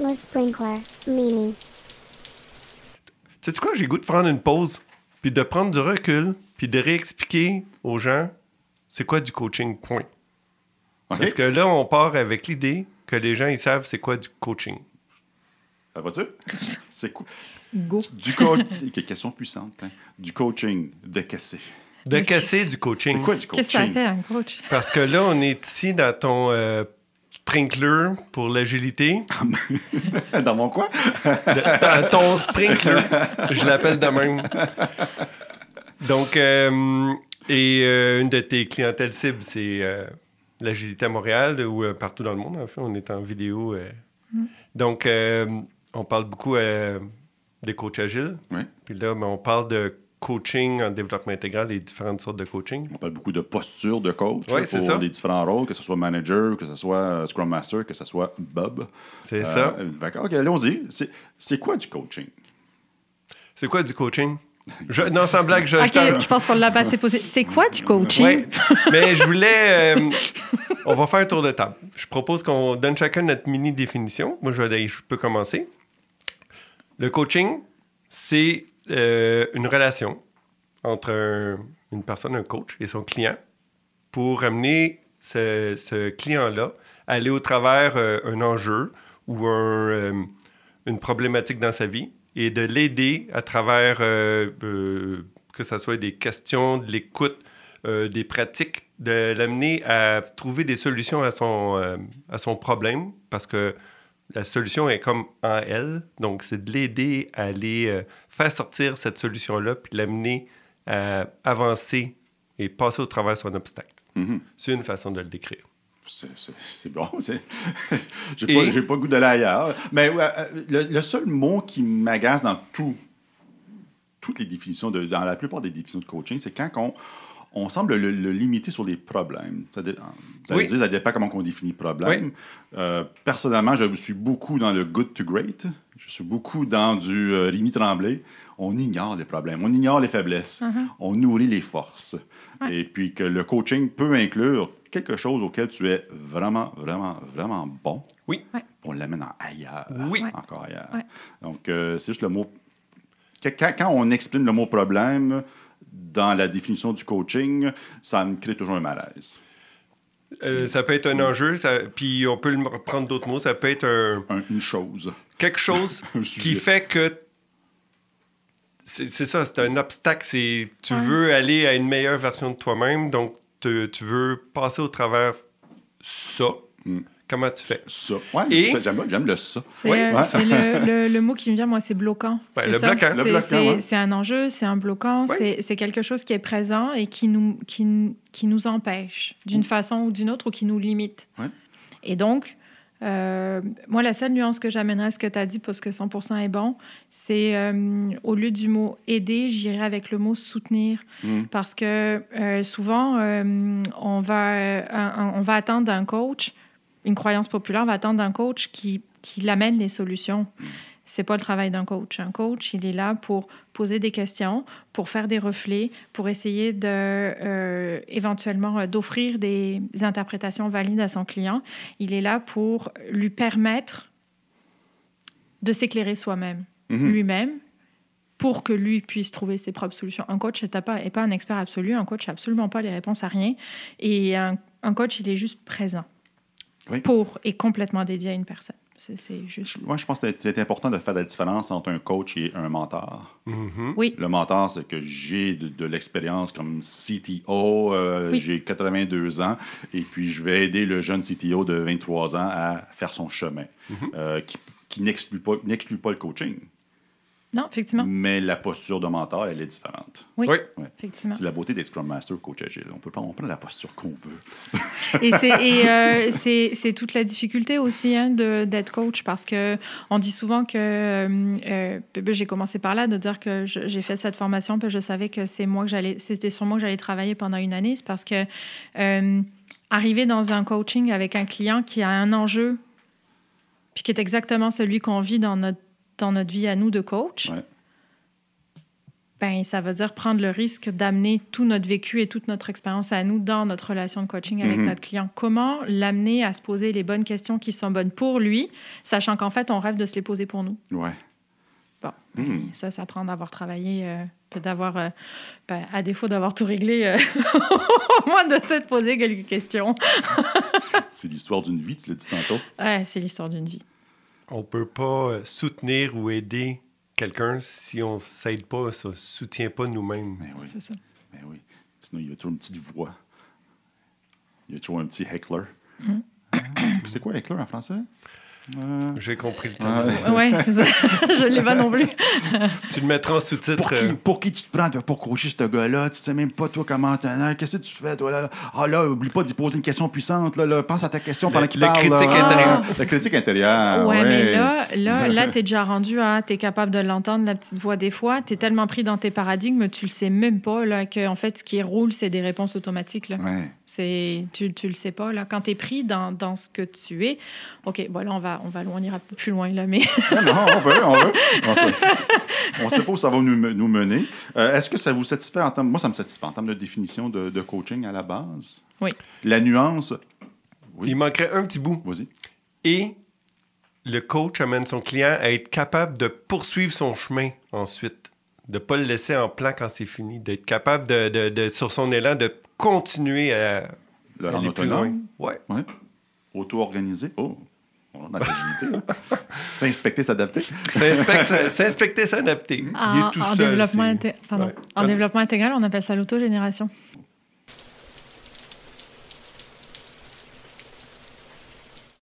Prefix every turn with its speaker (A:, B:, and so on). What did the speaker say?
A: Le sprinkler, Mimi.
B: Tu sais quoi, j'ai goût de prendre une pause, puis de prendre du recul, puis de réexpliquer aux gens c'est quoi du coaching, point.
C: OK?
B: Parce que là, on part avec l'idée que les gens, ils savent c'est quoi du coaching.
C: Ça va-tu? C'est quoi?
D: Go.
C: Du co- Quelle question puissante. hein. Du coaching de casser.
B: De casser du coaching.
C: C'est quoi du
D: Qu'est-ce que ça
C: coaching?
D: fait, un coach?
B: Parce que là, on est ici dans ton euh, sprinkler pour l'agilité.
C: Dans mon coin?
B: Le- dans ton sprinkler. Je l'appelle de même. Donc, euh, et euh, une de tes clientèles cibles, c'est euh, l'agilité à Montréal ou euh, partout dans le monde. En fait, on est en vidéo. euh. Donc, euh, on parle beaucoup euh, des coachs agiles.
C: Oui.
B: Puis là, ben, on parle de coaching en développement intégral et différentes sortes de coaching.
C: On parle beaucoup de posture de coach
B: Ouais,
C: là,
B: c'est
C: pour
B: ça.
C: les différents rôles, que ce soit manager, que ce soit euh, Scrum Master, que ce soit Bob.
B: C'est
C: Euh,
B: ça.
C: D'accord, OK, allons-y. C'est- C'est quoi du coaching?
B: C'est quoi du coaching? Je- non, sans blague, je, je
D: Ah, Ok,
B: t'en-
D: je pense qu'on l'a pas assez posé. C'est quoi du coaching?
B: Ouais, mais je voulais. euh, on va faire un tour de table. Je propose qu'on donne chacun notre mini définition. Moi, je, vais aller- je peux commencer. Le coaching, c'est euh, une relation entre un- une personne, un coach et son client pour amener ce, ce client-là à aller au travers euh, un enjeu ou un, euh, une problématique dans sa vie et de l'aider à travers euh, euh, que ce soit des questions, de l'écoute, euh, des pratiques, de l'amener à trouver des solutions à son, euh, à son problème parce que la solution est comme en elle. Donc, c'est de l'aider à aller euh, faire sortir cette solution-là puis l'amener à avancer et passer au travers son obstacle.
C: Mhm.
B: C'est une façon de le décrire.
C: C'est- C'est c'est bon. c'est- J'ai
B: Et-
C: pas, j'ai pas le goût d'aller ailleurs. Mais ouais, euh, le, le seul mot qui m'agace dans tout, toutes les définitions, de, dans la plupart des définitions de coaching, c'est quand on, on semble le, le limiter sur des problèmes. Ça, dé- ça veut
B: Oui.
C: dire, ça dépend comment on définit problème. Euh, personnellement, je suis beaucoup dans le good to great. Je suis beaucoup dans du euh, Rémi Tremblay. On ignore les problèmes, on ignore les faiblesses, on nourrit les forces. Et puis que le coaching peut inclure quelque chose auquel tu es vraiment, vraiment, vraiment bon.
B: Oui.
D: Ouais.
C: On l'amène en ailleurs.
B: Oui.
D: Ouais.
C: Encore ailleurs.
D: Ouais.
C: Donc, euh, c'est juste le mot. que- Quand, quand on exprime le mot problème dans la définition du coaching, ça me crée toujours un malaise.
B: Euh, ça peut être un enjeu, ça- puis on peut le prendre d'autres mots. Ça peut être un,
C: Un- une chose.
B: quelque chose
C: Un
B: qui
C: sujet.
B: fait que c'est c'est ça, c'est un obstacle. C'est tu veux aller à une meilleure version de toi-même, donc te- tu veux passer au travers ça. Comment tu fais
C: Ça. Ouais,
B: Et-
C: ça, j'aime, j'aime le ça.
D: C'est
B: Ouais,
D: euh,
C: ouais.
D: c'est le, le- le mot qui me vient, moi, c'est bloquant.
B: Ouais,
D: C'est
B: le bloquant. Le
D: C'est-
C: bloquant,
D: c'est-
C: ouais.
D: C'est un enjeu, c'est un bloquant,
B: Ouais.
D: c'est- c'est quelque chose qui est présent et qui nous, qui, n- qui nous empêche d'une façon ou d'une autre ou qui nous limite.
C: Ouais.
D: Et donc, euh, moi, la seule nuance que j'amènerais à ce que tu as dit, parce que 100% est bon, c'est euh, au lieu du mot aider, j'irais avec le mot soutenir.
C: Mm.
D: Parce que euh, souvent, euh, on, va, euh, un- un- on va attendre d'un coach, une croyance populaire va attendre d'un coach qui, qui l'amène les solutions. C'est pas le travail d'un coach. Un coach, il est là pour poser des questions, pour faire des reflets, pour essayer de euh, éventuellement euh, d'offrir des interprétations valides à son client. Il est là pour lui permettre de s'éclairer soi-même
C: Mhm.
D: lui-même pour que lui puisse trouver ses propres solutions. Un coach n'est pas, est pas un expert absolu, un coach n'a absolument pas les réponses à rien. Et un, un coach, il est juste présent
C: Oui.
D: pour et complètement dédié à une personne. C'est- C'est juste.
C: Moi, je pense que c'est important de faire la différence entre un coach et un mentor.
B: Mhm.
D: Oui.
C: Le mentor, c'est que j'ai de, de l'expérience comme CTO, euh,
D: Oui.
C: j'ai 82 ans, et puis je vais aider le jeune CTO de 23 ans à faire son chemin, euh, qui, qui n'exclut pas, n'exclut pas le coaching,
D: Non, effectivement.
C: mais la posture de mentor, elle est différente.
D: Oui.
B: Oui.
D: Effectivement.
C: C'est la beauté des Scrum Master Coach Agile. On peut prendre, on prend la posture qu'on veut.
D: Et c'est et, euh, c'est- c'est toute la difficulté aussi hein, de- d'être coach parce que on dit souvent que euh, euh, ben, j'ai commencé par là de dire que je- j'ai fait cette formation puis je savais que c'est moi que j'allais c'était sur moi que j'allais travailler pendant une année c'est parce que euh, arriver dans un coaching avec un client qui a un enjeu puis qui est exactement celui qu'on vit dans notre dans notre vie à nous de coach
C: Ouais.
D: ben, ça veut dire prendre le risque d'amener tout notre vécu et toute notre expérience à nous dans notre relation de coaching avec
C: Mhm.
D: notre client. Comment l'amener à se poser les bonnes questions qui sont bonnes pour lui, sachant qu'en fait, on rêve de se les poser pour nous.
C: Ouais.
D: Bon,
C: Hmm.
D: Et ça, ça prend d'avoir travaillé, euh, puis d'avoir, euh, ben, à défaut d'avoir tout réglé, euh, au moins de se poser quelques questions.
C: C'est l'histoire d'une vie, tu l'as dit tantôt.
D: Ouais, c'est l'histoire d'une vie.
B: On peut pas euh, soutenir ou aider quelqu'un si on s'aide pas, on se soutient pas nous-mêmes.
C: Mais oui,
D: C'est ça.
C: mais Ben oui. Sinon, il y a toujours une petite voix. Il y a toujours un petit heckler. Ah, C'est quoi heckler en français? Euh,
B: J'ai compris le terme.
C: euh,
D: Ouais, c'est ça. Je l'ai pas non plus.
B: Tu le mettras en
C: pour,
B: sous-titre.
C: qui,
B: euh,
C: pour qui tu te prends de- pour coacher ce gars-là? Tu sais même pas, toi, comment t'en as. Qu'est-ce que tu fais, toi? Là, là? Ah là, oublie pas d'y poser une question puissante. Là, là. Pense à ta question pendant
B: Le-
C: qu'il
B: le
C: parle. là.
B: critique
C: Ah,
D: intérieur.
C: Le critique
B: Ah
C: intérieur.
D: ouais,
C: ouais.
D: mais là, là, là tu es déjà rendu à. Tu es capable de l'entendre, la petite voix, des fois. Tu es tellement pris dans tes paradigmes, tu le sais même pas, là, que, en fait, ce qui roule, c'est des réponses automatiques, là.
C: Ouais.
D: C'est, tu, tu le sais pas, là. Quand tu es pris dans, dans ce que tu es. OK, bon, là, on va, on va loin, on ira plus loin, là, mais.
C: Non, non, on veut, on veut. On sait, on sait pas où ça va nous, nous mener. Euh, Est-ce que ça vous satisfait en termes. Moi, ça me satisfait en termes de définition de, de coaching à la base.
D: Oui.
C: La nuance.
B: Il manquerait un petit bout.
C: Vas-y.
B: Et le coach amène son client à être capable de poursuivre son chemin ensuite, de ne pas le laisser en plan quand c'est fini, d'être capable de, de- de- sur son élan, de continuer à
C: Le
B: aller
C: rendre
B: plus
C: autonome.
B: loin. Ouais.
C: Ouais. Auto-organisé. Oh, on est dans l'agilité. hein. S'inspecter, s'adapter.
B: S'inspecter, s'inspecter, s'adapter.
D: Ah, En, en
B: seul,
D: développement,
B: c'est-
D: inté- pardon.
B: Ouais.
D: en
B: Ah.
D: développement intégral, on appelle ça l'autogénération.